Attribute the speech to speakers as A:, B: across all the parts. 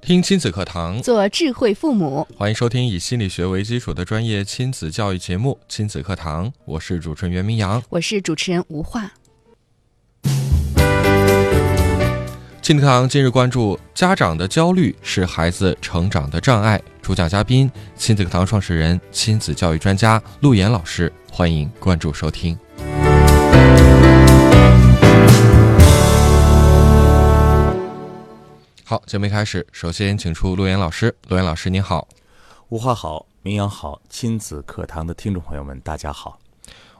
A: 听亲子课堂，
B: 做智慧父母。
A: 欢迎收听以心理学为基础的专业亲子教育节目《亲子课堂》，我是主持人袁明阳。
B: 我是主持人吴化。
A: 亲子课堂今日关注：家长的焦虑是孩子成长的障碍。主讲嘉宾：亲子课堂创始人、亲子教育专家陆岩老师。欢迎关注收听。好，节目一开始，首先请出陆岩老师。陆岩老师，您好。
C: 无话好，名扬好，亲子课堂的听众朋友们，大家好。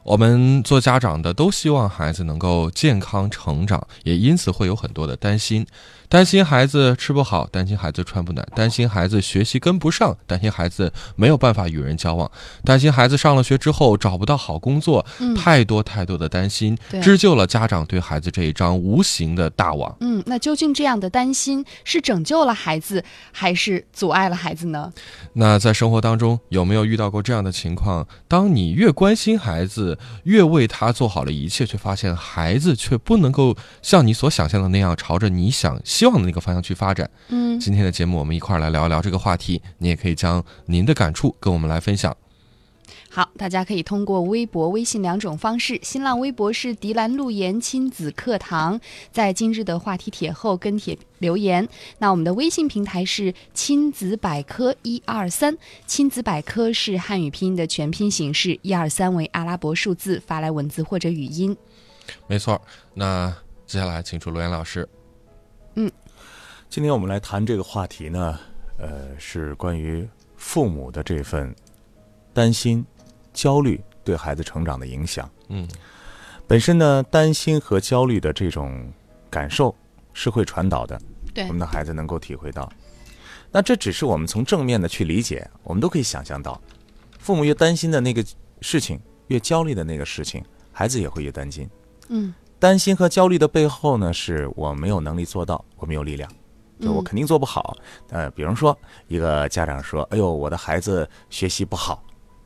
A: 我们做家长的都希望孩子能够健康成长，也因此会有很多的担心，担心孩子吃不好，担心孩子穿不暖，担心孩子学习跟不上，担心孩子没有办法与人交往，担心孩子上了学之后找不到好工作，
B: 嗯
A: 太多太多的担心，
B: 对
A: 织就了家长对孩子这一张无形的大网。
B: 嗯，那究竟这样的担心是拯救了孩子，还是阻碍了孩子呢？
A: 那在生活当中有没有遇到过这样的情况？当你越关心孩子，越为他做好了一切，却发现孩子却不能够像你所想象的那样，朝着你想希望的那个方向去发展。
B: 嗯，
A: 今天的节目，我们一块儿来聊一聊这个话题。你也可以将您的感触跟我们来分享。
B: 好，大家可以通过微博、微信两种方式。新浪微博是“迪兰路言亲子课堂”，在今日的话题帖后跟帖留言。那我们的微信平台是“亲子百科一二三”，亲子百科是汉语拼音的全拼形式，一二三为阿拉伯数字，发来文字或者语音。
A: 没错儿，那接下来请出罗岩老师。
C: 今天我们来谈这个话题呢，呃，是关于父母的这份呃担心、焦虑对孩子成长的影响。
A: 嗯，
C: 本身呢，担心和焦虑的这种感受是会传导的，
B: 对
C: 我们的孩子能够体会到。那这只是我们从正面的去理解，我们都可以想象到，父母越担心的那个事情，越焦虑的那个事情，孩子也会越担心。
B: 嗯，
C: 担心和焦虑的背后呢，是我没有能力做到，我没有力量，就我
B: 嗯
C: 肯定做不好。呃，比如说一个家长说：“哎呦，我的孩子学习不好，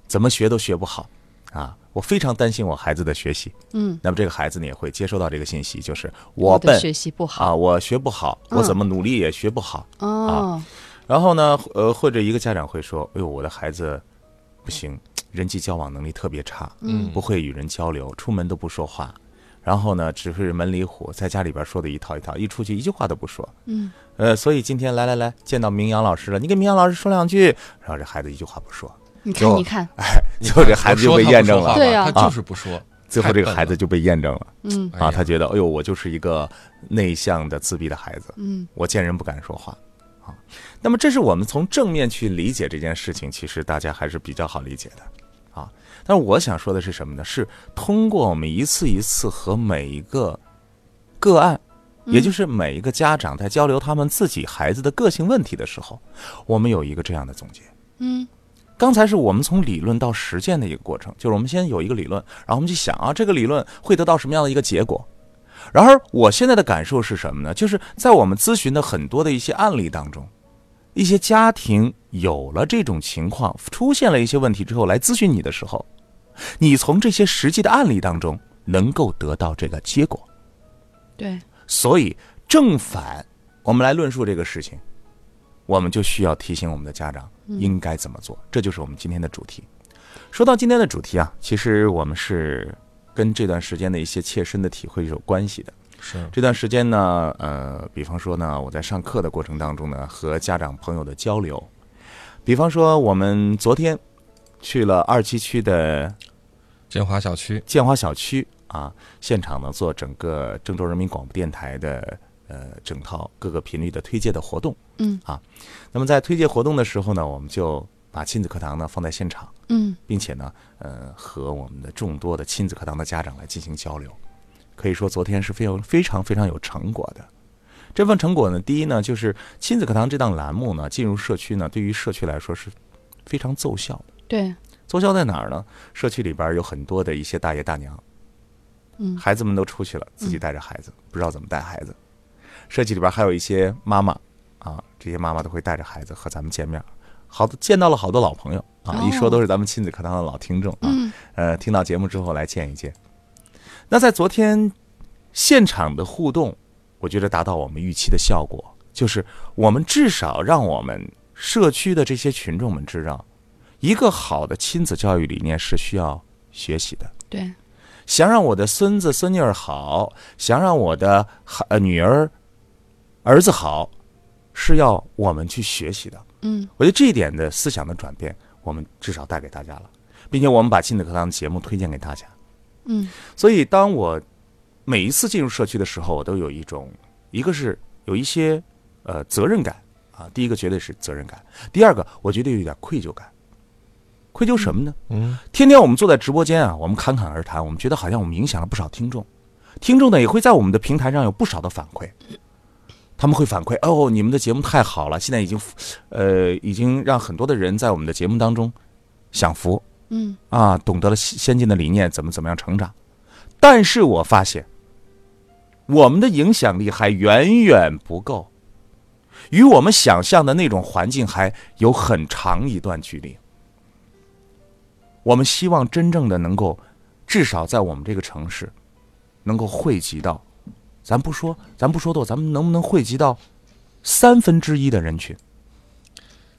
C: 怎么学都学不好啊！我非常担心我孩子的学习。”
B: 嗯，
C: 那么这个孩子呢也会接收到这个信息，就是
B: 我的
C: 笨
B: 学习不好
C: 啊，我学不好，我
B: 嗯
C: 怎么努力也学不好。
B: 哦，
C: 然后呢，呃，或者一个家长会说：“哎呦，我的孩子不行，人际交往能力特别差，
A: 嗯
C: 不会与人交流，出门都不说话，然后呢，只是门里虎，在家里边说的一套一套，一出去一句话都不说。”
B: 嗯，
C: 呃，所以今天来来来，见到明阳老师了，你给明阳老师说两句，然后这孩子一句话不说，
B: 你
C: 就
B: 看，你
C: 最
B: 看，
C: 后这孩 子就被验证
A: 我说他不说话吧
C: 了，
B: 对啊
A: 他就是不说。
C: 最后这
A: 太
C: 个
A: 笨
C: 孩子就被验证了。
B: 嗯
A: 哎
C: 啊，
A: 呀
C: 他觉得，哎呦，我就是一个内向的、自闭的孩子，
B: 嗯
C: 我见人不敢说话啊。那么，这是我们从正面去理解这件事情，其实大家还是比较好理解的啊。但是我想说的是什么呢？是通过我们一次一次和每一个个案，也就是每一个家长在交流他们自己孩子的个性问题的时候，我们有一个这样的总结。
B: 嗯
C: 刚才是我们从理论到实践的一个过程，就是我们先有一个理论，然后我们去想啊，这个理论会得到什么样的一个结果。然而，我现在的感受是什么呢？就是在我们咨询的很多的一些案例当中，一些家庭有了这种情况，出现了一些问题之后来咨询你的时候，你从这些实际的案例当中能够得到这个结果。
B: 对，
C: 所以正反，我们来论述这个事情，我们就需要提醒我们的家长应该怎么做。这就是我们今天的主题。说到今天的主题啊，其实我们是跟这段时间的一些切身的体会是有关系的。
A: 是
C: 这段时间呢，呃，比方说呢，我在上课的过程当中呢，和家长朋友的交流，比方说我们昨天去了二七区的
A: 建华小区，
C: 建华小区啊，现场呢做整个郑州人民广播电台的呃整套各个频率的推介的活动。啊
B: 嗯
C: 那么在推介活动的时候呢，我们就把亲子课堂呢放在现场，
B: 嗯
C: 并且呢，呃，和我们的众多的亲子课堂的家长来进行交流。可以说，昨天是非常非常非常有成果的。这份成果呢，第一呢，就是亲子课堂这档栏目呢，进入社区呢，对于社区来说是非常奏效的。
B: 对，
C: 奏效在哪儿呢？社区里边儿有很多的一些大爷大娘，
B: 嗯
C: 孩子们都出去了，自己带着孩子，不知道怎么带孩子。社区里边儿还有一些妈妈啊，这些妈妈都会带着孩子和咱们见面儿，好多见到了好多老朋友啊，
B: 哦
C: 一说都是咱们亲子课堂的老听众啊。
B: 嗯
C: 呃，听到节目之后来见一见。那在昨天现场的互动，我觉得达到我们预期的效果，就是我们至少让我们社区的这些群众们知道，一个好的亲子教育理念是需要学习的。
B: 对，
C: 想让我的孙子孙女儿好，想让我的孩呃女儿儿子好，是要我们去学习的。
B: 嗯
C: 我觉得这一点的思想的转变，我们至少带给大家了，并且我们把亲子课堂节目推荐给大家。
B: 嗯
C: 所以，当我每一次进入社区的时候，我都有一种，一个是有一些呃责任感啊，第一个绝对是责任感，第二个我觉得有点愧疚感。愧疚什么呢？
A: 嗯，
C: 天天我们坐在直播间啊，我们侃侃而谈，我们觉得好像我们影响了不少听众，听众呢也会在我们的平台上有不少的反馈，他们会反馈哦，你们的节目太好了，现在已经，呃，已经让很多的人在我们的节目当中享福
B: 嗯，
C: 啊，懂得了先先进的理念，怎么怎么样成长。但是我发现，我们的影响力还远远不够，与我们想象的那种环境还有很长一段距离。我们希望真正的能够，至少在我们这个城市，能够汇集到，咱不说，咱不说多，咱们能不能汇集到三分之一的人群？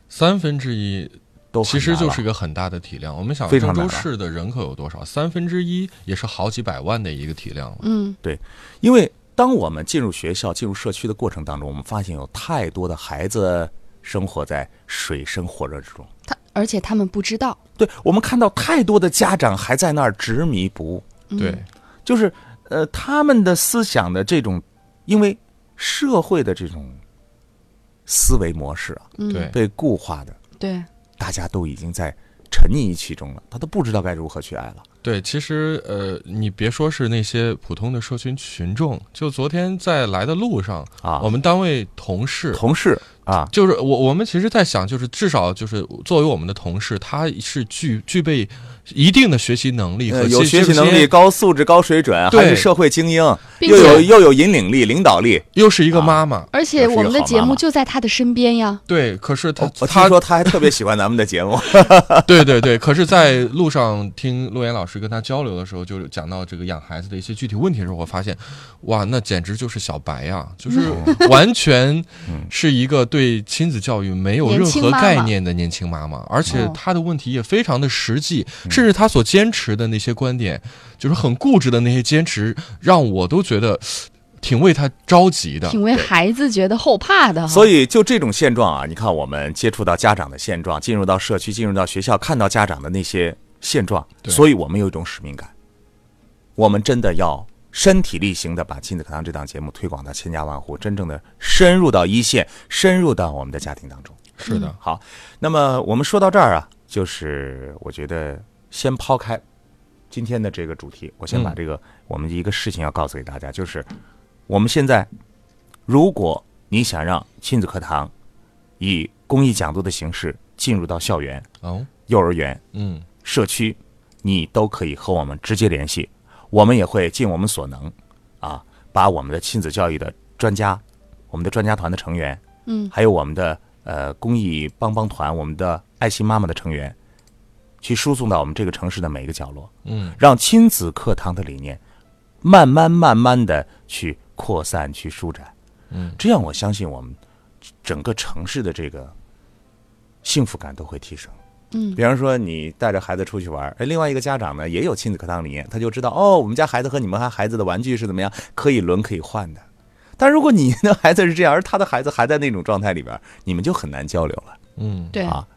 A: 三分之一
C: 都很
A: 其实
C: 难
A: 就
C: 了
A: 是一个很大的体量。我们想
C: 非常
A: 郑州
C: 难了
A: 市的人口有多少？三分之一也是好几百万的一个体量了。
B: 嗯
C: 因为当我们进入学校、进入社区的过程当中，我们发现有太多的孩子生活在水深火热之中。
B: 他而且他们不知道，
C: 对我们看到太多的家长还在那儿执迷不悟，
B: 嗯
A: 对，
C: 就是呃，他们的思想的这种，因为社会的这种思维模式啊
B: 嗯
A: 对
C: 被固化的，
B: 对，
C: 大家都已经在沉溺于其中了，他都不知道该如何去爱了。
A: 对，其实呃，你别说是那些普通的社群群众，就昨天在来的路上
C: 啊
A: 我们单位同事。
C: 同事啊，
A: 就是我，我们其实，在想，就是至少就是作为我们的同事，他是具具备一定的学习能力和
C: 呃有学
A: 接
C: 习能力、，高素质、高水准，还
A: 对
C: 是社会精英，
B: 并
C: 又有
B: 且
C: 又有引领力、领导力。
A: 又是一个妈妈。
B: 而且
C: 要是一
B: 我
C: 个
B: 们的
C: 好
B: 节
C: 妈
B: 目
C: 妈
B: 就在他的身边呀，
A: 对，可是他
C: 我我
A: 他
C: 听说他还特别喜欢咱们的节目，
A: 对对对，可是，在路上听陆岩老师跟他交流的时候，就是讲到这个养孩子的一些具体问题的时候，我发现，哇，那简直就是小白呀、就是
B: 嗯
A: 完全是一个对亲子教育没有任何概念的年轻妈妈，而且
B: 嗯
A: 她的问题也非常的实际，甚至她所坚持的那些观点，就是很固执的那些坚持，让我都觉得挺为她着急的。
B: 挺为孩子觉得后怕的哈，
C: 所以就这种现状啊，你看我们接触到家长的现状，进入到社区，进入到学校，看到家长的那些现状，
A: 对
C: 所以我们有一种使命感，我们真的要身体力行的把亲子课堂这档节目推广到千家万户，真正的深入到一线，深入到我们的家庭当中。
A: 是的，
C: 好，那么我们说到这儿啊，就是我觉得先抛开今天的这个主题，我先把
A: 嗯
C: 这个、我们一个事情要告诉给大家，就是我们现在，如果你想让亲子课堂以公益讲座的形式进入到校园、
A: 哦，
C: 幼儿园、
A: 嗯，
C: 社区，你都可以和我们直接联系，我们也会尽我们所能，啊，把我们的亲子教育的专家、我们的专家团的成员，
B: 嗯
C: 还有我们的呃公益帮帮团、我们的爱心妈妈的成员，去输送到我们这个城市的每一个角落，
A: 嗯，
C: 让亲子课堂的理念慢慢慢慢的去扩散、去舒展，
A: 嗯，
C: 这样我相信我们整个城市的这个幸福感都会提升。
B: 嗯
C: 比方说你带着孩子出去玩儿，哎，另外一个家长呢也有亲子课堂理念，他就知道哦，我们家孩子和你们家孩子的玩具是怎么样，可以轮可以换的。但如果你的孩子是这样，而他的孩子还在那种状态里边儿，你们就很难交流了。
A: 嗯，
B: 对
C: 啊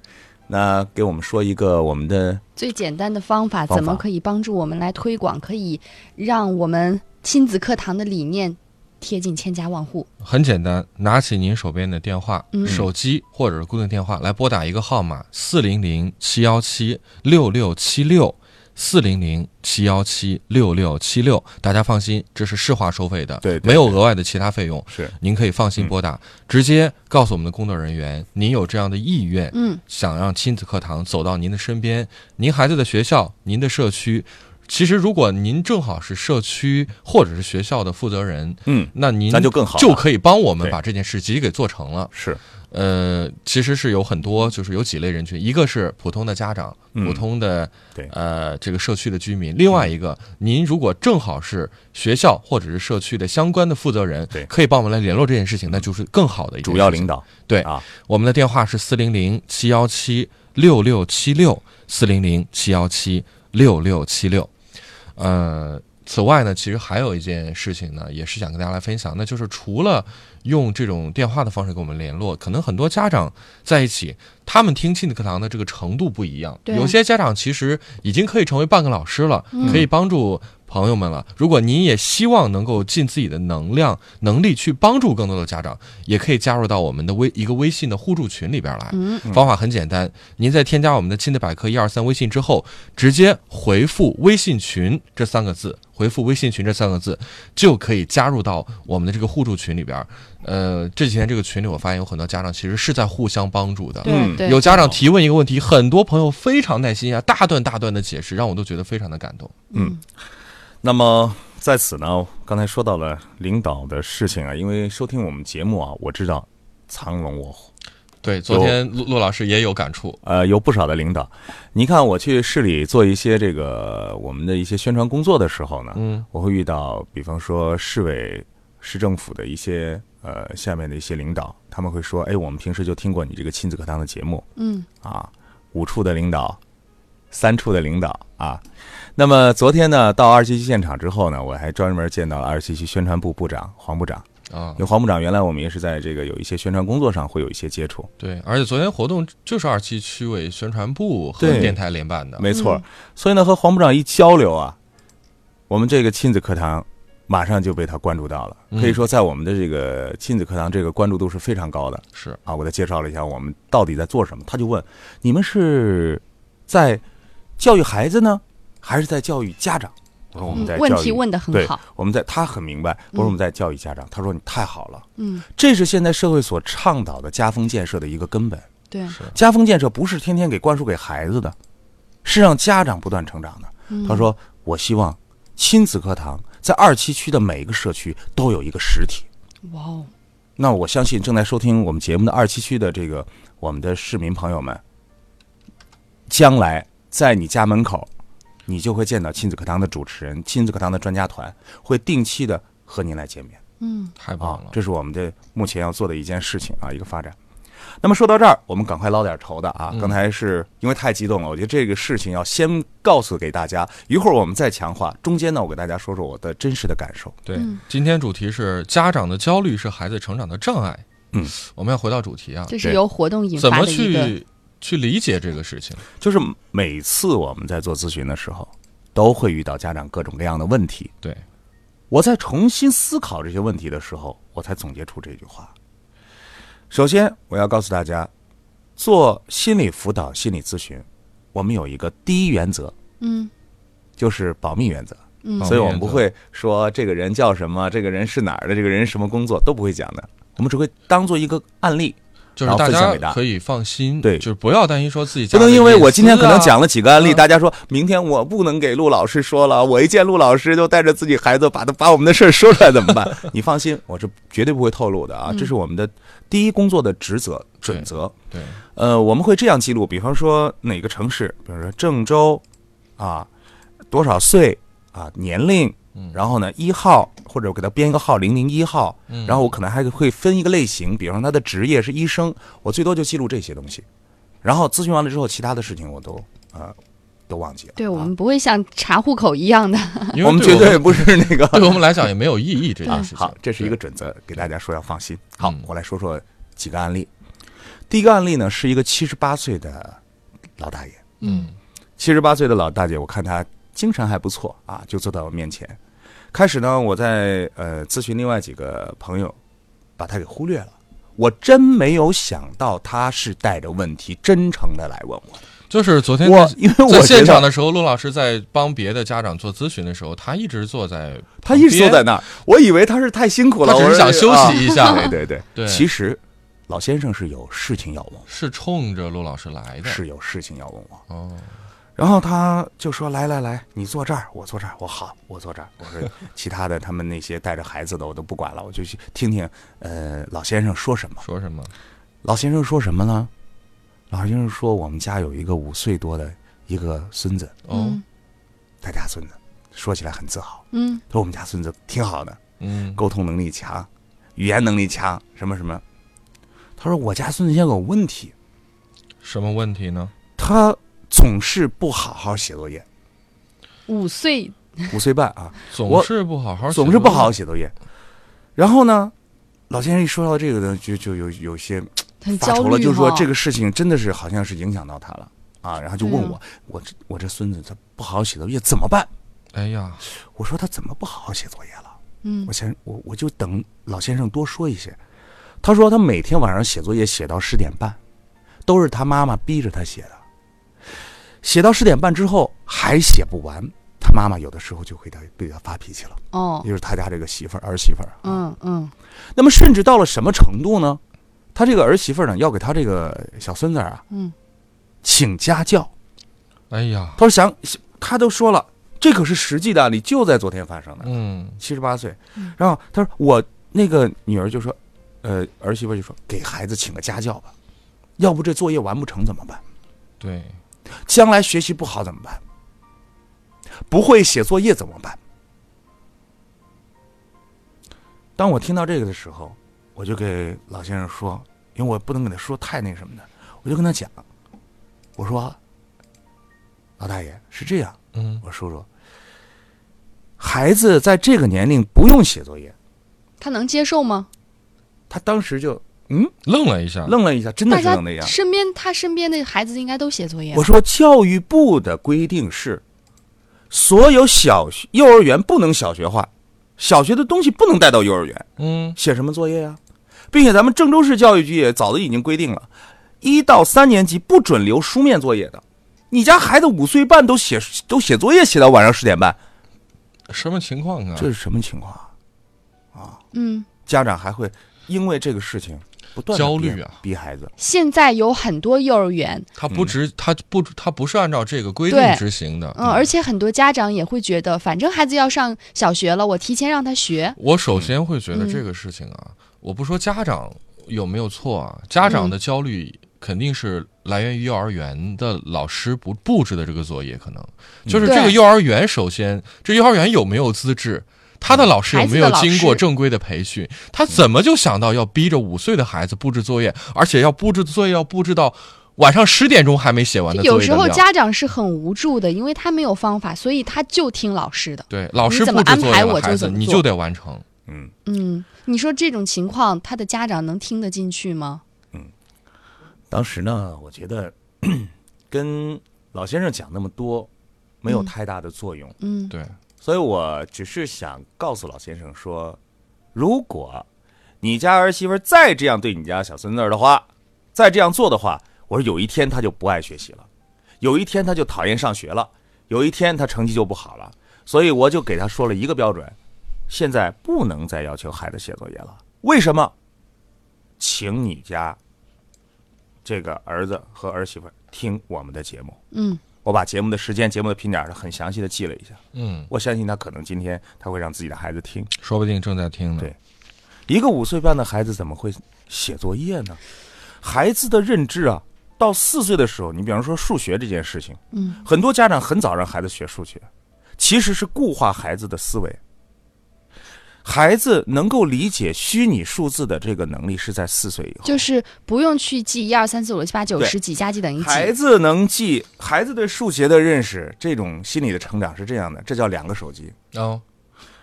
C: 那给我们说一个我们的
B: 最简单的方法，
C: 方
B: 怎么
C: 法
B: 可以帮助我们来推广，可以让我们亲子课堂的理念贴近千家万户？
A: 很简单，拿起您手边的电话、
B: 嗯
A: 手机或者是固定电话来拨打一个号码：四零零七幺七六六七六，四零零七幺七六六七六，大家放心，这是市话收费的，
C: 对对嗯
A: 没有额外的其他费用，
C: 是
A: 您可以放心拨打，直接告诉我们的工作人员，您有这样的意愿，
B: 嗯，
A: 想让亲子课堂走到您的身边，您孩子的学校、您的社区。其实，如果您正好是社区或者是学校的负责人，
C: 嗯，
A: 那您
C: 那就更好了
A: 就可以帮我们
C: 对
A: 把这件事集给做成了。
C: 是
A: 呃，其实是有很多，就是有几类人群，一个是普通的家长，
C: 嗯
A: 普通的
C: 对
A: 呃这个社区的居民，另外一个，您如果正好是学校或者是社区的相关的负责人，
C: 对嗯
A: 可以帮我们来联络这件事情，那就是更好的一件
C: 主要
A: 事情
C: 领导
A: 对
C: 啊，
A: 我们的电话是四零零七幺七六六七六，四零零七幺七六六七六。呃，此外呢，其实还有一件事情呢，也是想跟大家来分享，那就是除了用这种电话的方式跟我们联络，可能很多家长在一起，他们听亲子课堂的这个程度不一样，
B: 对嗯
A: 有些家长其实已经可以成为半个老师了，可以帮助。朋友们了，如果您也希望能够尽自己的能量、能力去帮助更多的家长，也可以加入到我们的微一个微信的互助群里边来。
B: 嗯
A: 方法很简单，您在添加我们的“亲子百科一二三”微信之后，直接回复“微信群”这三个字，回复“微信群”这三个字，就可以加入到我们的这个互助群里边儿。呃，这几天这个群里，我发现有很多家长其实是在互相帮助的。
C: 嗯
B: 对对，
A: 有家长提问一个问题，很多朋友非常耐心啊，大段大段的解释，让我都觉得非常的感动。
B: 嗯
C: 那么在此呢，刚才说到了领导的事情啊，因为收听我们节目啊，我知道藏龙卧虎，
A: 对，昨天陆陆老师也有感触。
C: 呃，有不少的领导。你看我去市里做一些这个我们的一些宣传工作的时候呢，
A: 嗯，
C: 我会遇到，比方说市委、市政府的一些呃下面的一些领导，他们会说，哎，我们平时就听过你这个亲子课堂的节目，
B: 嗯
C: 啊，五处的领导，三处的领导啊。那么昨天呢，到二七七现场之后呢，我还专门见到了二七七宣传部部长黄部长，
A: 啊
C: 因为，黄部长原来我们也是在这个有一些宣传工作上会有一些接触，
A: 对，而且昨天活动就是二七区委宣传部和
C: 对
A: 电台联办的。
C: 没错。
B: 嗯
C: 所以呢，和黄部长一交流啊，我们这个亲子课堂。马上就被他关注到了，可以说在我们的这个亲子课堂，这个关注度是非常高的。
A: 是，
C: 啊，我给他介绍了一下我们到底在做什么。他就问：你们是在教育孩子呢，还是在教育家长？我
A: 哦
C: 说我们在
B: 嗯，
C: 教育。
B: 问题问得很
C: 对
B: 好，，
C: 我们在他很明白。我说
B: 嗯
C: 我们在教育家长。他说你太好了，
B: 嗯，
C: 这是现在社会所倡导的家风建设的一个根本。
B: 对，
C: 家风建设不是天天给灌输给孩子的，是让家长不断成长的。
B: 嗯
C: 他说我希望亲子课堂在二七区的每一个社区都有一个实体。
B: 哇哦，
C: 那我相信正在收听我们节目的二七区的这个我们的市民朋友们，将来在你家门口，你就会见到亲子课堂的主持人、亲子课堂的专家团，会定期的和您来见面
B: 嗯
A: 太棒
C: 啊
A: 了。。
C: 这是我们的目前要做的一件事情啊，一个发展。那么说到这儿，我们赶快捞点仇的啊！
A: 嗯
C: 刚才是因为太激动了，我觉得这个事情要先告诉给大家，一会儿我们再强化。中间呢，我给大家说说我的真实的感受。
A: 对，
B: 嗯
A: 今天主题是家长的焦虑是孩子成长的障碍。
C: 嗯，
A: 我们要回到主题啊，
B: 这是由活动引
A: 怎
B: 发
A: 么
B: 的一个，嗯
A: 去去理解这个事情？
C: 就是每次我们在做咨询的时候，都会遇到家长各种各样的问题。
A: 对，
C: 我在重新思考这些问题的时候，我才总结出这句话。首先，我要告诉大家，做心理辅导、心理咨询，我们有一个第一原则，
B: 嗯
C: 就是保密原则。
B: 嗯
A: 保密
C: 所以我们不
A: 原则
C: 会说这个人叫什么，这个人是哪儿的，这个人什么工作都不会讲的，我们只会当做一个案例。
A: 就是
C: 然
A: 大
C: 后分享给
A: 家
C: 大家
A: 可以放心，
C: 对
A: 就是不要担心说自己家
C: 不能
A: 的
C: 因为
A: 隐
C: 我今天
A: 私
C: 可能
A: 啊
C: 讲了几个案例，
A: 嗯
C: 大家说明天我不能给陆老师说了，我一见陆老师就带着自己孩子把他把我们的事儿说出来怎么 办？你放心，我是绝对不会透露的啊，这是我们的第一工作的职责准则。
A: 嗯 对，
C: 呃，我们会这样记录，比方说哪个城市，比方说郑州，啊，多少岁啊，年龄，
A: 嗯
C: 然后呢一号，或者我给他编一个号零零一号，
A: 嗯
C: 然后我可能还会分一个类型，比方说他的职业是医生，我最多就记录这些东西，然后咨询完了之后，其他的事情我都呃都忘记了。
B: 对我
C: 啊
B: 们不会像查户口一样的，
A: 因为
C: 我们绝对不是那个
A: 对我们来讲也没有意义这件
C: 啊
B: 嗯
A: 事情。
C: 好，这是一个
A: 对
C: 准则，给大家说要放心。好
A: 嗯，
C: 我来说说几个案例。第一个案例呢，是一个七十八岁的老大爷。
A: 嗯，
C: 七十八岁的老大姐，我看她精神还不错啊，就坐到我面前。开始呢，我在呃咨询另外几个朋友，把她给忽略了。我真没有想到她是带着问题真诚的来问我的。
A: 就是昨天
C: 我
A: 在
C: 因为我
A: 在
C: 觉
A: 现
C: 得
A: 场的时候，陆老师在帮别的家长做咨询的时候，他一直坐在
C: 他一直坐
A: 旁边
C: 在那儿，我以为他是太辛苦了，
A: 他只是
C: 我
A: 想休息一下
C: 啊对对对，
A: 对
C: 其实老先生是有事情要问
A: 是冲着陆老师来
C: 我，
A: 的。
C: 是有事情要问我。
A: 哦，
C: 然后他就说：“来来来，你坐这儿，我坐这儿，我好，我坐这儿。”我说：“嗯其他的他们那些带着孩子的我都不管了，我就去听听，呃，老先生说什么。
A: 说什么？
C: 老先生说什么呢？老先生说我们家有一个五岁多的一个孙子，
A: 哦，
C: 他家孙子说起来很自豪，
B: 嗯
C: 他说我们家孙子挺好的，
A: 嗯，
C: 沟通能力强，语言能力强，什么什么。他说我家孙子现在有问题，
A: 什么问题呢？
C: 他总是不好好写作业，
B: 嗯，五岁
C: 五岁半啊，
A: 总
C: 我
A: 是不好好，
C: 总是不好好。写作业。然后呢，老先生一说到这个呢，就就有有些
B: 很
C: 发
B: 焦
C: 愁
B: 虑
C: 了，
B: 哈，
C: 就是说这个事情真的是好像是影响到他了啊，然后就问
B: 对
C: 我，我这我这孙子他不好好写作业怎么办？
A: 哎呀，
C: 我说他怎么不好好写作业了？
B: 嗯
C: 我先我我就等老先生多说一些。他说他每天晚上写作业写到十点半，都是他妈妈逼着他写的。写到十点半之后还写不完，他妈妈有的时候就会他对他发脾气了，
B: 哦
C: 也，就是他家这个媳妇儿儿媳妇儿啊。
B: 嗯嗯
C: 那么甚至到了什么程度呢？他这个儿媳妇儿呢，要给他这个小孙子儿啊
B: 嗯，
C: 请家教。
A: 哎呀
C: 他，说想，他都说了，这可是实际的案例，就在昨天发生的，
A: 嗯，
C: 七十八岁
B: 嗯。
C: 然后他说我那个女儿就说，呃，儿媳妇儿就说给孩子请个家教吧，要不这作业完不成怎么办？
A: 对，
C: 将来学习不好怎么办？不会写作业怎么办？当我听到这个的时候，我就给老先生说，因为我不能给他说太那什么的，我就跟他讲，我说，老大爷是这样，
A: 嗯，
C: 我叔叔，孩子在这个年龄不用写作业，
B: 他能接受吗？
C: 他当时就
A: 愣了一下，
C: 愣了一下，真的
B: 大
C: 是
B: 家
C: 愣了一下。
B: 身边他身边的孩子应该都写作业吧，
C: 我说教育部的规定是，所有小学、幼儿园不能小学化，小学的东西不能带到幼儿园。
A: 嗯，
C: 写什么作业呀、并且咱们郑州市教育局也早都已经规定了，一到三年级不准留书面作业的。你家孩子五岁半都写都写作业写到晚上十点半，
A: 什么情况啊？
C: 这是什么情况啊？
B: 嗯。
C: 家长还会因为这个事情不断地
A: 焦虑
C: 逼
A: 啊，
C: 逼孩子。
B: 现在有很多幼儿园，
A: 他
C: 嗯
A: 不执，他不，他不是按照这个规定
B: 对
A: 执行
C: 啊
A: 的。
B: 嗯，而且很多家长也会觉得，反正孩子要上小学了，我提前让他学，
A: 我首先会觉得
B: 嗯
A: 这个事情啊，我不说家长有没有错啊，家长
B: 嗯
A: 的焦虑肯定是来源于幼儿园的老师不布置的这个作业，可能就是这个
B: 嗯对
A: 幼儿园首先这幼儿园有没有资质。他的老师有没有
B: 嗯孩子的老师嗯
A: 经过正规的培训？他怎么就想到要逼着五岁的孩子布置作业，而且要布置作业要布置到晚上十点钟还没写完的
B: 就
A: 作业
B: 有时
A: 的
B: 候
A: 量
B: 家长是很无助的，因为他没有方法，所以他就听老师的。
A: 对老师
B: 你怎么
A: 布置作业
B: 安排
A: 了，
B: 我就
A: 孩子
B: 怎么
A: 你
B: 做
A: 就得完成。
C: 嗯，
B: 嗯，你说这种情况，他的家长能听得进去吗？
C: 当时呢，我觉得 跟老先生讲那么多没有
B: 嗯
C: 太大的作用。
B: 嗯，
A: 对，
C: 所以我只是想告诉老先生说，如果你家儿媳妇再这样对你家小孙子儿的话，再这样做的话，我说有一天他就不爱学习了，有一天他就讨厌上学了，有一天他成绩就不好了。所以我就给他说了一个标准，现在不能再要求孩子写作业了。为什么？请你家这个儿子和儿媳妇儿听我们的节目，
B: 嗯，
C: 我把节目的时间、节目的频点儿很详细的记了一下。
A: 嗯，
C: 我相信他可能今天他会让自己的孩子听。
A: 说不定正在听呢。
C: 对一个五岁半的孩子怎么会写作业呢？孩子的认知啊，到四岁的时候，你比方说数学这件事情，
B: 嗯，
C: 很多家长很早让孩子学数学，其实是固化孩子的思维。孩子能够理解虚拟数字的这个能力是在四岁以后，
B: 就是不用去记一二三四五六七八九
C: 哦对
B: 十几加几等于
C: 孩
B: 几。
C: 子能记，孩子对数学的认识，这种心理的成长是这样的，这叫两个手机，
A: 哦，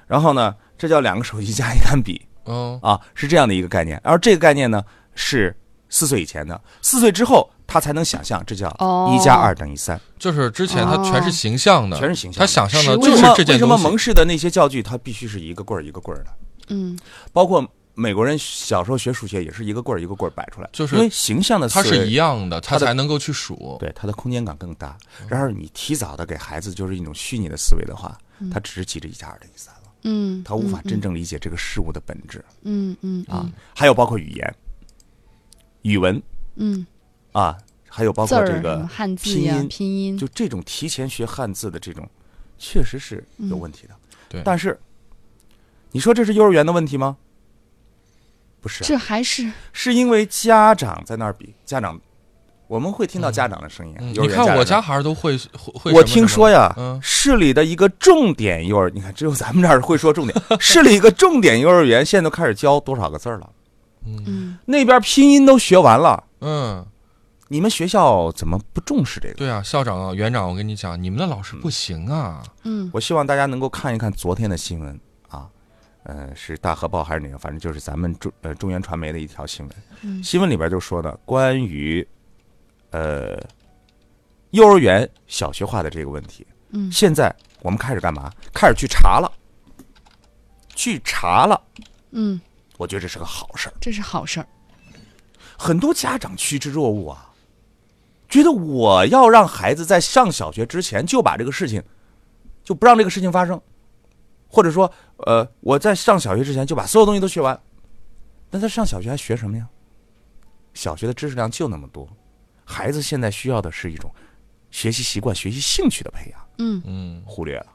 C: 然后呢，这叫两个手机加一杆笔，
A: 哦，
C: 啊，是这样的一个概念。而这个概念呢，是四岁以前的，四岁之后他才能想象，这叫
B: 哦
C: 一加二等于三，
A: 就是之前他全是形象的，
C: 全是形象的。
A: 他想象的
C: 为
A: 就
C: 什
A: 是
C: 么
A: 这
C: 为
A: 件
C: 什么
A: 东西
C: 蒙。氏的那些教具，它必须是一个棍儿一个棍儿的？
B: 嗯
C: 包括美国人小时候学数学也是一个棍儿一个棍儿摆出来，
A: 就是
C: 因为形象的
A: 它
C: 思维
A: 是一样的，它
C: 它的
A: 才能够去数。
C: 对它的空间感更大。
A: 哦
C: 然而你提早的给孩子就是一种虚拟的思维的话，他只是记着一加二等于三了，
B: 嗯，
C: 他无法真正理解这个事物的本质
B: 嗯嗯
C: 啊。还有包括语言、语文
B: 嗯，
C: 啊，还有包
B: 字
C: 括
B: 儿
C: 这
B: 什
C: 个
B: 么汉字
C: 拼
B: 呀
C: 音，
B: 拼音，
C: 就这种提前学汉字的这种，确实是有问题的。
B: 嗯
A: 对
C: 但是你说这是幼儿园的问题吗？不是啊，
B: 这还是
C: 是因为家长在那儿比家长，我们会听到家长的声音啊。
A: 嗯
C: 幼儿
A: 你
C: 园
A: 看我
C: 长
A: 家孩儿都会会会什么什么。
C: 我听说呀，
A: 嗯
C: 市里的一个重点幼儿，你看只有咱们这儿会说重点，市里一个重点幼儿园现在都开始教多少个字儿了，
B: 嗯
C: 那边拼音都学完了，
A: 嗯，
C: 你们学校怎么不重视这个？
A: 对啊，校长啊、园长，我跟你讲，你们的老师不行啊。
B: 嗯
C: 我希望大家能够看一看昨天的新闻啊，呃，是大河报还是哪个，反正就是咱们中呃中原传媒的一条新闻，
B: 嗯
C: 新闻里边就说的关于呃幼儿园小学化的这个问题，
B: 嗯
C: 现在我们开始干嘛？开始去查了，去查了。
B: 嗯，
C: 我觉得这是个好事儿。
B: 这是好事儿。
C: 很多家长趋之若鹜啊，觉得我要让孩子在上小学之前就把这个事情，就不让这个事情发生，或者说，呃，我在上小学之前就把所有东西都学完。那他上小学还学什么呀？小学的知识量就那么多，孩子现在需要的是一种学习习惯、学习兴趣的培养，
B: 嗯，
A: 嗯，
C: 忽略了。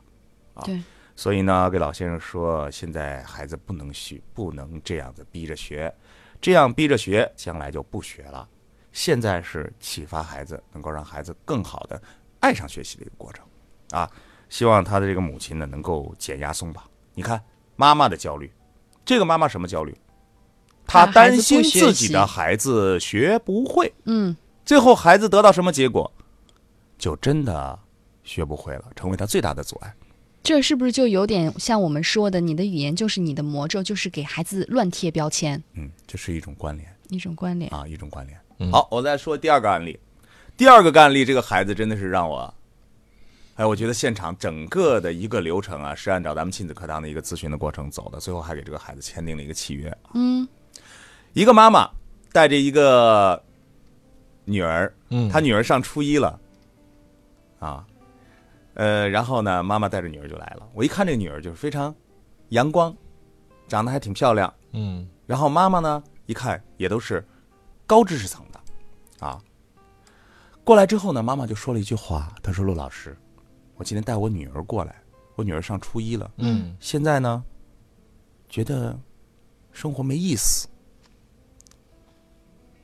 C: 啊
B: 对，
C: 所以呢，给老先生说，现在孩子不能学，不能这样子逼着学，这样逼着学，将来就不学了。现在是启发孩子，能够让孩子更好的爱上学习的一个过程啊！希望他的这个母亲呢，能够减压松绑。你看妈妈的焦虑，这个妈妈什么焦虑？她
B: 怕孩子
C: 担心
B: 不学
C: 自己
B: 习
C: 的孩子学不会，
B: 嗯
C: 最后孩子得到什么结果？就真的学不会了，成为他最大的阻碍。
B: 这是不是就有点像我们说的，你的语言就是你的魔咒，就是给孩子乱贴标签
C: 嗯，这是一种关联。
B: 一种关联？
C: 啊，一种关联。
A: 嗯
C: 好，我再说第二个案例。第二个案例，这个孩子真的是让我，哎，我觉得现场整个的一个流程啊，是按照咱们亲子课堂的一个咨询的过程走的，最后还给这个孩子签订了一个契约。
B: 嗯
C: 一个妈妈带着一个女儿，
A: 嗯
C: 她女儿上初一了，啊，呃，然后呢，妈妈带着女儿就来了。我一看这个女儿就是非常阳光，长得还挺漂亮，
A: 嗯
C: 然后妈妈呢，一看也都是高知识层的，啊，过来之后呢，妈妈就说了一句话，她说：“陆老师，我今天带我女儿过来，我女儿上初一了，
A: 嗯
C: 现在呢，觉得生活没意思，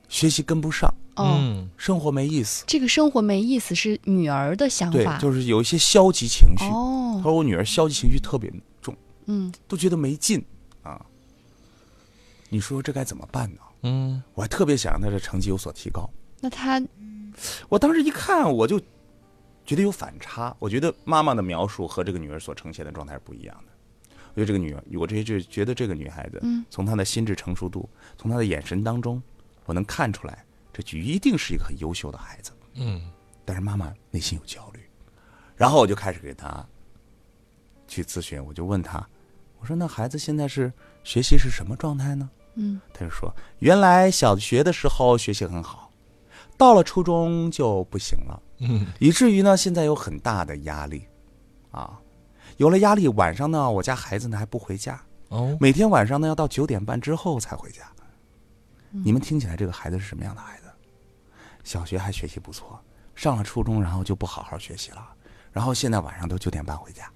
C: 学习跟不上，
B: 哦，
A: 嗯
C: 生活没意思，
B: 这个生活没意思是女儿的想
C: 对
B: 法。，
C: 就是有一些消极情绪。她
B: 哦，
C: 说我女儿消极情绪特别重，
B: 嗯
C: 都觉得没劲啊。你说这该怎么办呢？
A: 嗯
C: 我还特别想让她的成绩有所提高。”
B: 那他
C: 我当时一看，我就觉得有反差。我觉得妈妈的描述和这个女儿所呈现的状态是不一样的。我觉得这个女儿，我这就觉得这个女孩子，
B: 嗯
C: 从她的心智成熟度，从她的眼神当中，我能看出来，这就一定是一个很优秀的孩子。
A: 嗯
C: 但是妈妈内心有焦虑，然后我就开始给她去咨询，我就问她，我说那孩子现在是学习是什么状态呢？
B: 嗯
C: 他就说，原来小学的时候学习很好，到了初中就不行了，
A: 嗯
C: 以至于呢现在有很大的压力，啊，有了压力，晚上呢我家孩子呢还不回家，
A: 哦
C: 每天晚上呢要到九点半之后才回家。你们听起来这个孩子是什么样的孩子？小学还学习不错，上了初中然后就不好好学习了，然后现在晚上都九点半回家。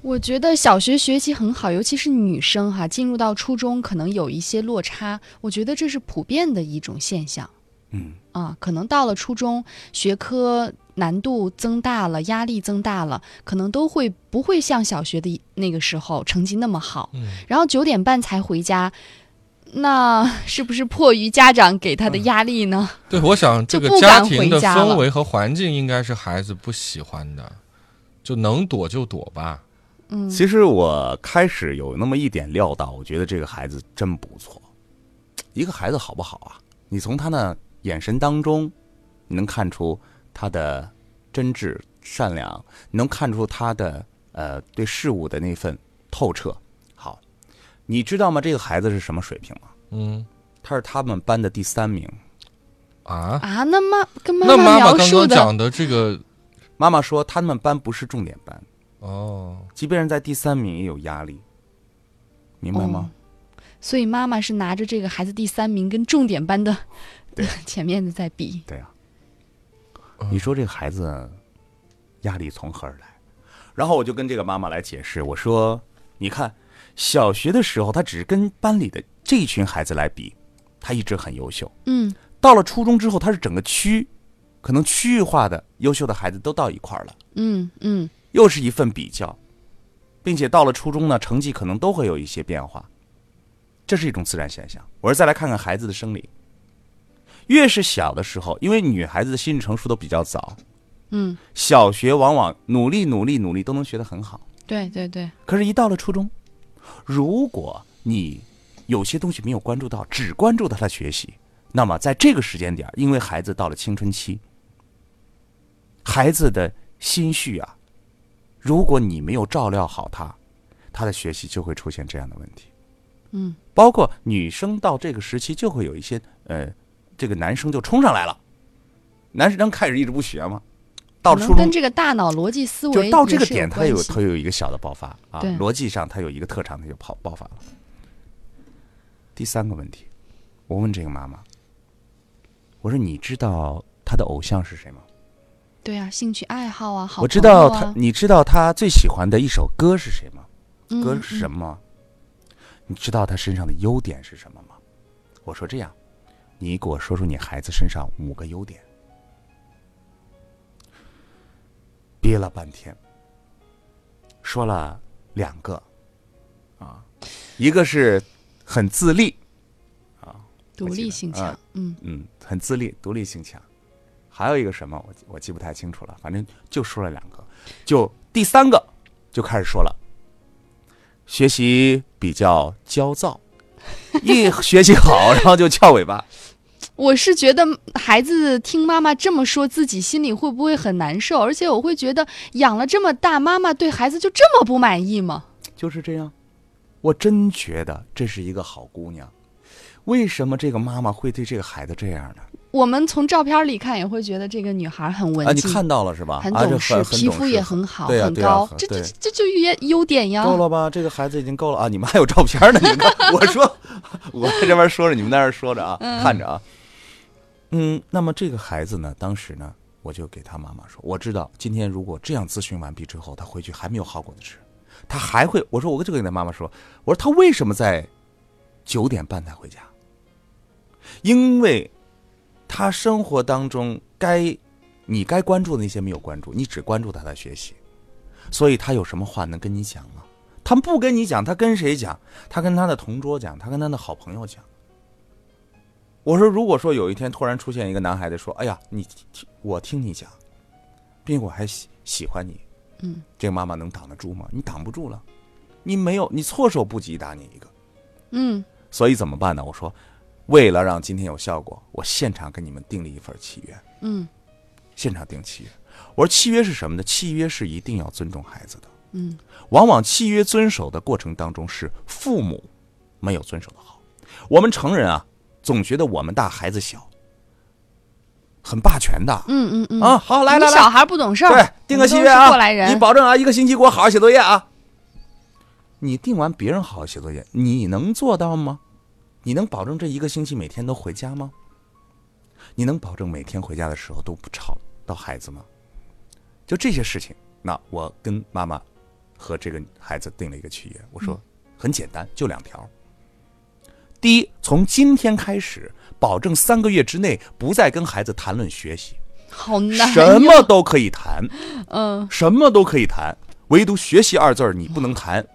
B: 我觉得小学学习很好，尤其是女生哈，进入到初中可能有一些落差，我觉得这是普遍的一种现象
C: 嗯，
B: 啊。可能到了初中，学科难度增大了，压力增大了，可能都会不会像小学的那个时候成绩那么好，
A: 嗯
B: 然后九点半才回家。那 是不是迫于家长给他的
A: 嗯
B: 压力呢？
A: 对，我想这
B: 就
A: 个
B: 不
A: 家
B: 敢
A: 庭
B: 回
A: 的
B: 家了
A: 氛围和环境应该是孩子不喜欢的，就能躲就躲吧。
B: 嗯
C: 其实我开始有那么一点料到，我觉得这个孩子真不错。一个孩子好不好啊？你从他的眼神当中，你能看出他的真挚、善良，你能看出他的呃对事物的那份透彻。好，你知道吗？这个孩子是什么水平吗？
A: 嗯
C: 他是他们班的第三名。
A: 啊，
B: 啊，那妈跟妈
A: 那妈妈
B: 描
A: 刚
B: 述
A: 刚
B: 的
A: 讲的这个
C: 妈妈说，他们班不是重点班，
A: 哦，
C: 即便是在第三名也有压力，明白吗？
B: 哦所以妈妈是拿着这个孩子第三名跟重点班的
C: 对
B: 前面的在比，
C: 对啊
A: 嗯，
C: 你说这孩子压力从何而来？然后我就跟这个妈妈来解释，我说：“你看，小学的时候他只是跟班里的这一群孩子来比，他一直很优秀。
B: 嗯
C: 到了初中之后，他是整个区，可能区域化的优秀的孩子都到一块儿了，
B: 嗯嗯
C: 又是一份比较，并且到了初中呢，成绩可能都会有一些变化，这是一种自然现象。我说再来看看孩子的生理，越是小的时候，因为女孩子的心理成熟都比较早，
B: 嗯，
C: 小学往往努力努力努力都能学得很好，
B: 对对对，
C: 可是，一到了初中，如果你有些东西没有关注到，只关注到他学习，那么在这个时间点儿，因为孩子到了青春期，孩子的心绪啊，如果你没有照料好他，他的学习就会出现这样的问题。
B: 嗯，
C: 包括女生到这个时期就会有一些呃，这个男生就冲上来了，男生开始一直不学嘛，到
B: 可
C: 了
B: 能
C: 初中
B: 跟这个大脑逻辑思
C: 就是
B: 维
C: 到这个
B: 也是
C: 点，它
B: 关
C: 有
B: 系
C: 它有一个小的爆发啊
B: 对，
C: 逻辑上它有一个特长，它就跑爆发了。第三个问题，我问这个妈妈，我说你知道她的偶像是谁吗？
B: 对啊，兴趣爱好啊，好
C: 我知
B: 朋友
C: 道她
B: 啊，
C: 你知道她最喜欢的一首歌是谁吗？
B: 嗯
C: 歌是什么吗？你知道她身上的优点是什么吗？我说这样，你给我说说你孩子身上五个优点。憋了半天，说了两个，啊，一个是很自立，
B: 独立性强
C: 啊，
B: 嗯
C: 嗯，很自立，独立性强，还有一个什么我记我记不太清楚了，反正就说了两个，就第三个就开始说了，学习比较焦躁， 一学习好然后就翘尾巴，
B: 我是觉得孩子听妈妈这么说，自己心里会不会很难受？而且我会觉得养了这么大，妈妈对孩子就这么不满意吗？
C: 就是这样。我真觉得这是一个好姑娘，为什么这个妈妈会对这个孩子这样呢？
B: 我们从照片里看也会觉得这个女孩很文
C: 啊，你
B: 静，
C: 看到了是吧？
B: 很
C: 啊这
B: 懂事，
C: 很
B: 皮肤也很
C: 懂
B: 好，
C: 对啊
B: 很
C: 对啊
B: 高，
C: 很
B: 这这
C: 对
B: 这就优优点
C: 事
B: 呀。
C: 够了吧？这个孩子已经够了啊！你们还有照片呢，你们看我说我在这边说着，你们在那儿说着啊，看着啊。嗯，那么这个孩子呢，当时呢，我就给他妈妈说，我知道今天如果这样咨询完毕之后，他回去还没有好果子吃，他还会，我说我就跟他妈妈说，我说他为什么在九点半才回家？因为他生活当中该你该关注的那些没有关注，你只关注他的学习，所以他有什么话能跟你讲吗？他不跟你讲，他跟谁讲？他跟他的同桌讲，他跟他的好朋友讲。我说，如果说有一天突然出现一个男孩子说：“哎呀，你听我听你讲，并且我还喜喜欢你。”
B: 嗯，
C: 这个妈妈能挡得住吗？你挡不住了，你没有，你措手不及打你一个。
B: 嗯，
C: 所以怎么办呢？我说，为了让今天有效果，我现场给你们订了一份契约。
B: 嗯，
C: 现场订契约。我说契约是什么呢？契约是一定要尊重孩子的。
B: 嗯，
C: 往往契约遵守的过程当中，是父母没有遵守的好。我们成人啊，总觉得我们大孩子小，很霸权的。
B: 嗯嗯嗯
C: 啊，好，来来
B: 你小
C: 来，
B: 孩不懂事儿，
C: 对，定个
B: 我们
C: 契
B: 都
C: 约
B: 是
C: 啊，
B: 过来人
C: 你保证啊，一个星期给我好好写作业啊。你定完别人好好写作业，你能做到吗？你能保证这一个星期每天都回家吗？你能保证每天回家的时候都不吵到孩子吗？就这些事情，那我跟妈妈和这个孩子定了一个契约，我说
B: 嗯
C: 很简单，就两条。第一，从今天开始，保证三个月之内不再跟孩子谈论学习，
B: 好难呀，
C: 什么都可以谈，
B: 嗯，
C: 什么都可以谈，唯独学习二字儿你不能谈。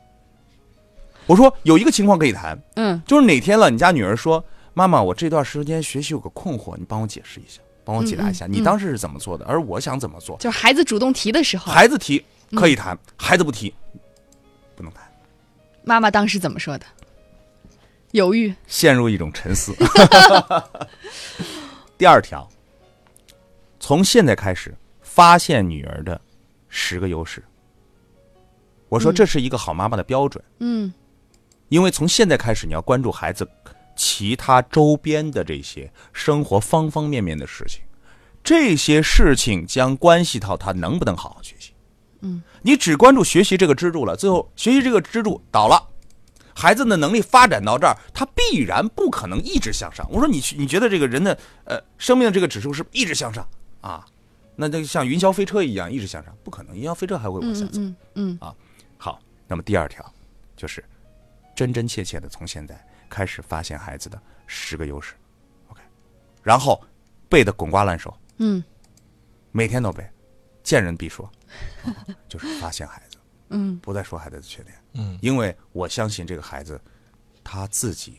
C: 我说有一个情况可以谈，
B: 嗯，
C: 就是哪天了，你家女儿说：“妈妈，我这段时间学习有个困惑，你帮我解释一下，帮我解答一下，你当时是怎么做的，而我想怎么做。
B: 就是孩子主动提的时”候，
C: 孩子提可以谈，孩子不提不能谈，
B: 妈妈当时怎么说的？犹豫，
C: 陷入一种沉思。 第二条，从现在开始发现女儿的十个优势。我说这是一个好妈妈的标准。
B: 嗯
C: 因为从现在开始，你要关注孩子其他周边的这些生活方方面面的事情，这些事情将关系到他能不能好好学习。
B: 嗯，
C: 你只关注学习这个支柱了，最后学习这个支柱倒了。孩子的能力发展到这儿，他必然不可能一直向上。我说你去，你觉得这个人的呃生命的这个指数是一直向上啊？那就像云霄飞车一样一直向上，不可能，云霄飞车还会往下
B: 嗯
C: 走。啊
B: 嗯嗯
C: 好，那么第二条就是真真切切的从现在开始发现孩子的十个优势，OK，然后背的滚瓜烂熟，
B: 嗯
C: 每天都背，见人必说， 啊就是发现孩子，
B: 嗯
C: 不再说孩子的缺点，
A: 嗯，
C: 因为我相信这个孩子他自己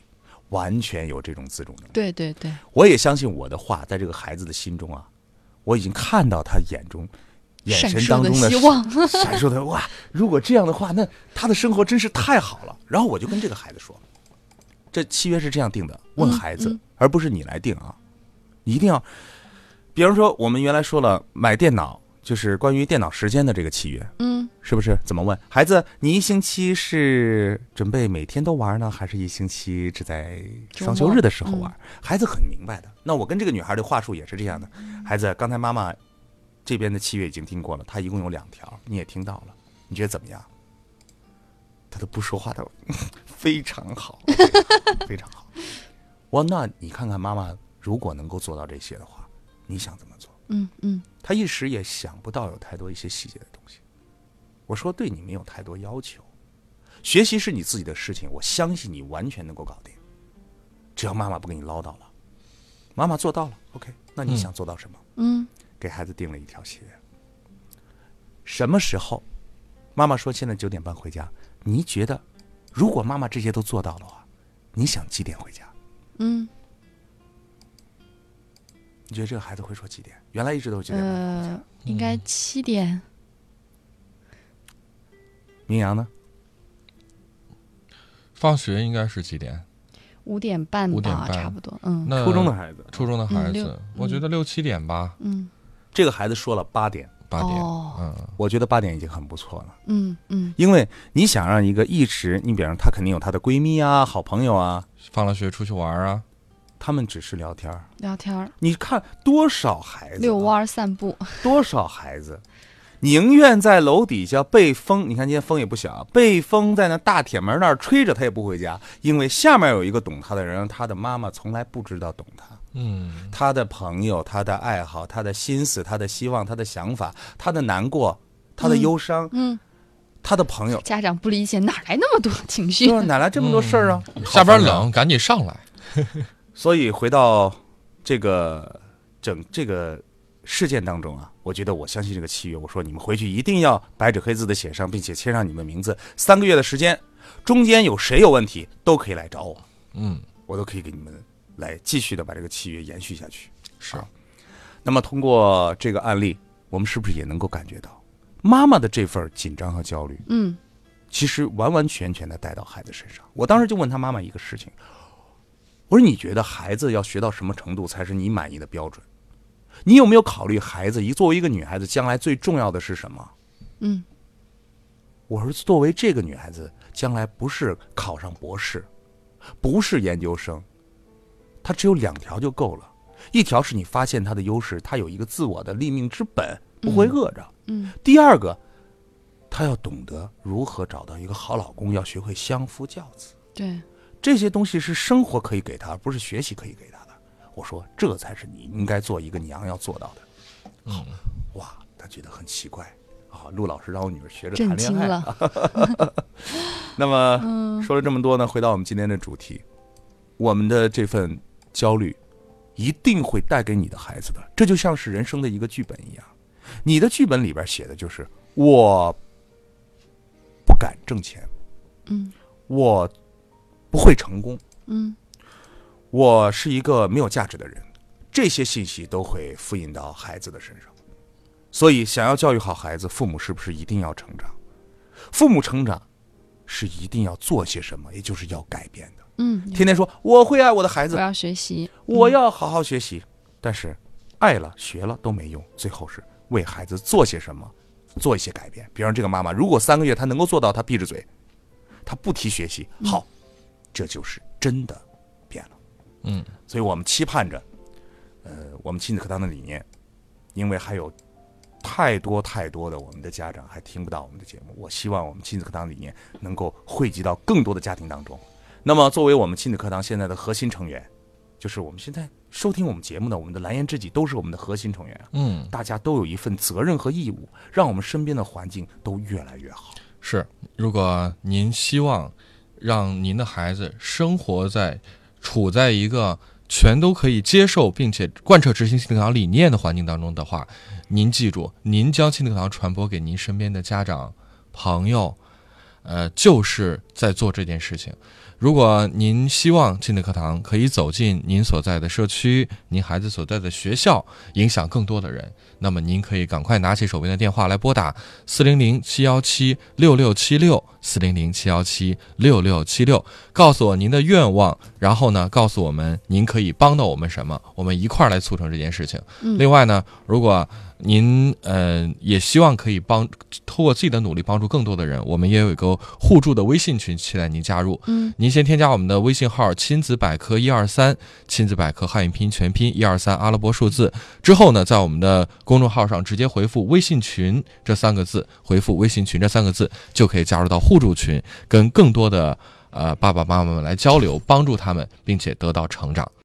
C: 完全有这种自主能力，
B: 对对对，
C: 我也相信我的话，在这个孩子的心中啊，我已经看到他眼中。眼
B: 闪
C: 神
B: 烁
C: 当中的
B: 希望，
C: 闪烁的哇！如果这样的话，那他的生活真是太好了。然后我就跟这个孩子说，这契约是这样定的，问孩子，
B: 嗯嗯
C: 而不是你来定啊。你一定要，比如说我们原来说了买电脑，就是关于电脑时间的这个契约，
B: 嗯
C: 是不是？怎么问孩子？你一星期是准备每天都玩呢，还是一星期只在双休日的时候玩？孩子很明白的。那我跟这个女孩的话术也是这样的。孩子，刚才妈妈这边的契约已经听过了，她一共有两条，你也听到了，你觉得怎么样？他都不说话，他非常好，非常好。我那你看看妈妈，如果能够做到这些的话，你想怎么做？
B: 嗯嗯
C: 他一时也想不到有太多一些细节的东西。我说对你没有太多要求，学习是你自己的事情，我相信你完全能够搞定。只要妈妈不跟你唠叨了，妈妈做到了，OK，那你
A: 嗯
C: 想做到什么？
B: 嗯
C: 给孩子定了一条鞋。什么时候？妈妈说现在九点半回家。你觉得，如果妈妈这些都做到的话，你想几点回家？
B: 嗯
C: 你觉得这个孩子会说几点？原来一直都是九点半。
B: 呃，应该
A: 嗯
B: 七点，
C: 明阳呢？
A: 放学应该是几点？
B: 五点半
A: 5点
B: 吧，
A: 半
B: 差不多。嗯
A: 那
C: 初中的孩子，
A: 初中的孩
B: 嗯六
A: 子
B: 嗯，
A: 我觉得六七点吧，
B: 嗯
C: 这个孩子说了八点，
A: 八点，
B: 哦
A: 嗯，
C: 我觉得八点已经很不错了。
B: 嗯嗯
C: 因为你想让一个一直，你比方说她肯定有她的闺蜜啊、好朋友啊，
A: 放了学出去玩啊，
C: 他们只是聊天儿。
B: 聊天儿，
C: 你看多少孩子、啊、
B: 遛弯儿散步，
C: 多少孩子宁愿在楼底下被风，你看今天风也不小，被风在那大铁门那儿吹着，他也不回家，因为下面有一个懂他的人，他的妈妈从来不知道懂他，
A: 嗯，
C: 他的朋友、他的爱好、他的心思、他的希望、他的想法、他的难过、他的忧伤、
B: 嗯，
C: 他的朋友。
B: 家长不理解，哪来那么多情绪
C: 对？吧？哪来这么多事儿啊？
A: 嗯下班
C: 好烦啊
A: 冷，赶紧上来，
C: 所以回到这个整这个事件当中啊，我觉得我相信这个契约。我说你们回去一定要白纸黑字的写上，并且签上你们名字。三个月的时间，中间有谁有问题都可以来找我，
A: 嗯，
C: 我都可以给你们来继续的把这个契约延续下去。
A: 是
C: 啊那么通过这个案例，我们是不是也能够感觉到妈妈的这份紧张和焦虑，
B: 嗯
C: 其实完完全全的带到孩子身上。我当时就问他妈妈一个事情，我说你觉得孩子要学到什么程度才是你满意的标准？你有没有考虑孩子一作为一个女孩子，将来最重要的是什么？
B: 嗯
C: 我说作为这个女孩子，将来不是考上博士，不是研究生，她只有两条就够了。一条是你发现她的优势，她有一个自我的立命之本，不会饿着。
B: 嗯
C: 第二个，她要懂得如何找到一个好老公，要学会相夫教子。
B: 对，
C: 这些东西是生活可以给她，而不是学习可以给她的。我说，这才是你应该做一个娘要做到的。
A: 嗯，
C: 哇，她觉得很奇怪啊！陆老师让我女儿学着
B: 震
C: 谈恋
B: 惊
C: 爱。啊
B: 了，
C: 那么，
B: 嗯
C: 说了这么多呢，回到我们今天的主题，我们的这份焦虑一定会带给你的孩子的，这就像是人生的一个剧本一样。你的剧本里边写的就是我不敢挣钱，
B: 嗯
C: 我不会成功，
B: 嗯
C: 我是一个没有价值的人，这些信息都会复印到孩子的身上。所以，想要教育好孩子，父母是不是一定要成长？父母成长是一定要做些什么，也就是要改变的。
B: 嗯，
C: 天天说我会爱我的孩
B: 我
C: 子，
B: 要学习，
C: 我要好好学习，但是爱了学了都没用，最后是为孩子做些什么，做一些改变。比方这个妈妈，如果三个月她能够做到，她闭着嘴，她不提学习，好，这就是真的变了。
A: 嗯，
C: 所以我们期盼着，呃，我们亲子课堂的理念，因为还有太多太多的我们的家长还听不到我们的节目。我希望我们亲子课堂理念能够汇集到更多的家庭当中。那么，作为我们亲子课堂现在的核心成员，就是我们现在收听我们节目的我们的蓝颜知己都是我们的核心成员啊。
A: 嗯，
C: 大家都有一份责任和义务，让我们身边的环境都越来越好。
A: 是。如果您希望让您的孩子生活在处在一个全都可以接受并且贯彻执行亲子课堂理念的环境当中的话，您记住，您将亲子课堂传播给您身边的家长、朋友，呃，就是在做这件事情。如果您希望亲子课堂可以走进您所在的社区、您孩子所在的学校，影响更多的人，那么您可以赶快拿起手边的电话来拨打四零零七幺七六六七六四零零七幺七六六七六，告诉我您的愿望，然后呢，告诉我们您可以帮到我们什么，我们一块儿来促成这件事情。
B: 嗯
A: 另外呢，如果您呃也希望可以帮通过自己的努力帮助更多的人，我们也有一个互助的微信群，期待您加入。
B: 嗯，
A: 您先添加我们的微信号“亲子百科一二三”，亲子百科汉语拼音全拼一二三阿拉伯数字。之后呢，在我们的公众号上直接回复“微信群”这三个字，回复“微信群”这三个字就可以加入到互助群，跟更多的呃爸爸妈妈们来交流，帮助他们，并且得到成长。